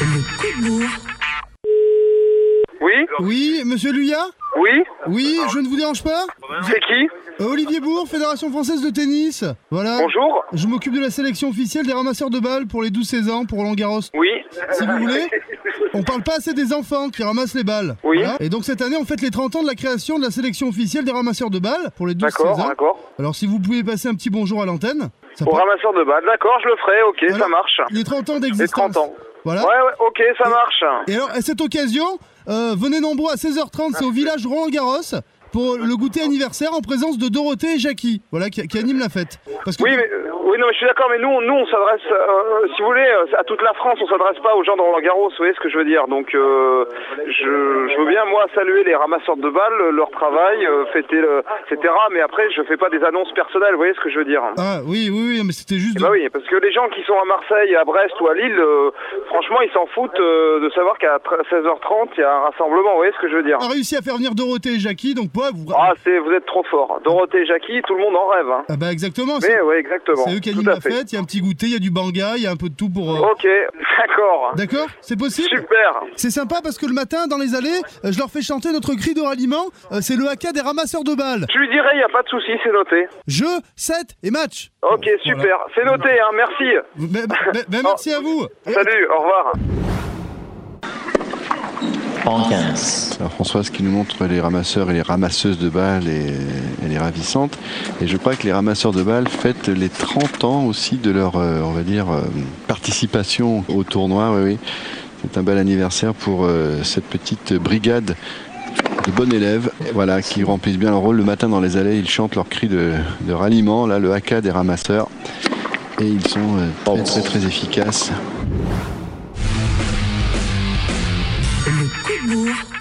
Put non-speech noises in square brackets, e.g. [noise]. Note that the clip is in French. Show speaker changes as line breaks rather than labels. Le coup de bourre
Oui
Oui, monsieur Luya
Oui
Oui, je ne vous dérange pas
C'est qui
Euh, Olivier Bourg, Fédération Française de Tennis. Voilà.
Bonjour
Je m'occupe de la sélection officielle des ramasseurs de balles pour les 12-16 ans pour Langaros.
Oui
Si vous voulez, on parle pas assez des enfants qui ramassent les balles.
Oui.
Et donc cette année, on fête les 30 ans de la création de la sélection officielle des ramasseurs de balles pour les 12-16
D'accord,
ans.
d'accord.
Alors si vous pouvez passer un petit bonjour à l'antenne, ça
Au
prend
ramasseur de balles, d'accord, je le ferai, ok,
Voilà.
ça marche.
les 30 ans
Les
d'existence.
30 ans.
Voilà.
Ouais, ouais, ok, ça marche.
Et alors, à cette occasion, euh, venez nombreux à 16h30, c'est au village Roland-Garros, pour le goûter anniversaire en présence de Dorothée et Jackie, voilà, qui, qui anime la fête. Parce que
Oui, mais, euh, oui, non, mais je suis d'accord, mais nous, on- nous, on s'adresse, euh, si vous voulez, euh, à toute la France, on s'adresse pas aux gens dans Roland Garros, vous voyez ce que je veux dire. Donc, euh, je, je veux bien, moi, saluer les ramasseurs de balles, leur travail, euh, fêter, le, etc. Mais après, je fais pas des annonces personnelles, vous voyez ce que je veux dire.
Ah oui, oui, oui, mais c'était juste...
Eh
de-
ben oui, parce que les gens qui sont à Marseille, à Brest ou à Lille, euh, franchement, ils s'en foutent euh, de savoir qu'à 13 16h30, il y a un rassemblement, vous voyez ce que je veux dire
On a réussi à faire venir Dorothée et Jackie, donc ouais, vous...
Ah, c'est, vous êtes trop fort. Dorothée et Jackie, tout le monde en rêve. Hein.
Ah bah exactement, c'est
Mais oui, exactement.
c'est eux qui
tout
animent
à
la
fait.
fête, il y a un petit goûter, il y a du banga, il y a un peu de tout pour... euh,
Ok, [laughs] d'accord.
D'accord C'est possible
Super.
C'est sympa parce que le matin, dans les allées, euh, je leur fais chanter notre cri de ralliement, euh, c'est le haka des ramasseurs de balles.
Je lui dirai, il n'y a pas de souci, c'est noté.
Jeu, 7 et match
Ok, super. C'est noté, hein, merci.
Mais- mais-
Oh.
mais merci à vous
Salut, au revoir.
en 15,
Alors Françoise qui nous montre les ramasseurs et les ramasseuses de balles, et, elle est ravissante. Et je crois que les ramasseurs de balles fêtent les 30 ans aussi de leur, euh, on va dire, euh, participation au tournoi. Oui, oui. C'est un bel anniversaire pour euh, cette petite brigade de bons élèves, et voilà, qui remplissent bien leur rôle. Le matin dans les allées, ils chantent leur cri de, de ralliement, là, le haka des ramasseurs. Et ils sont euh, très, très, très efficaces.
Le coup de bourre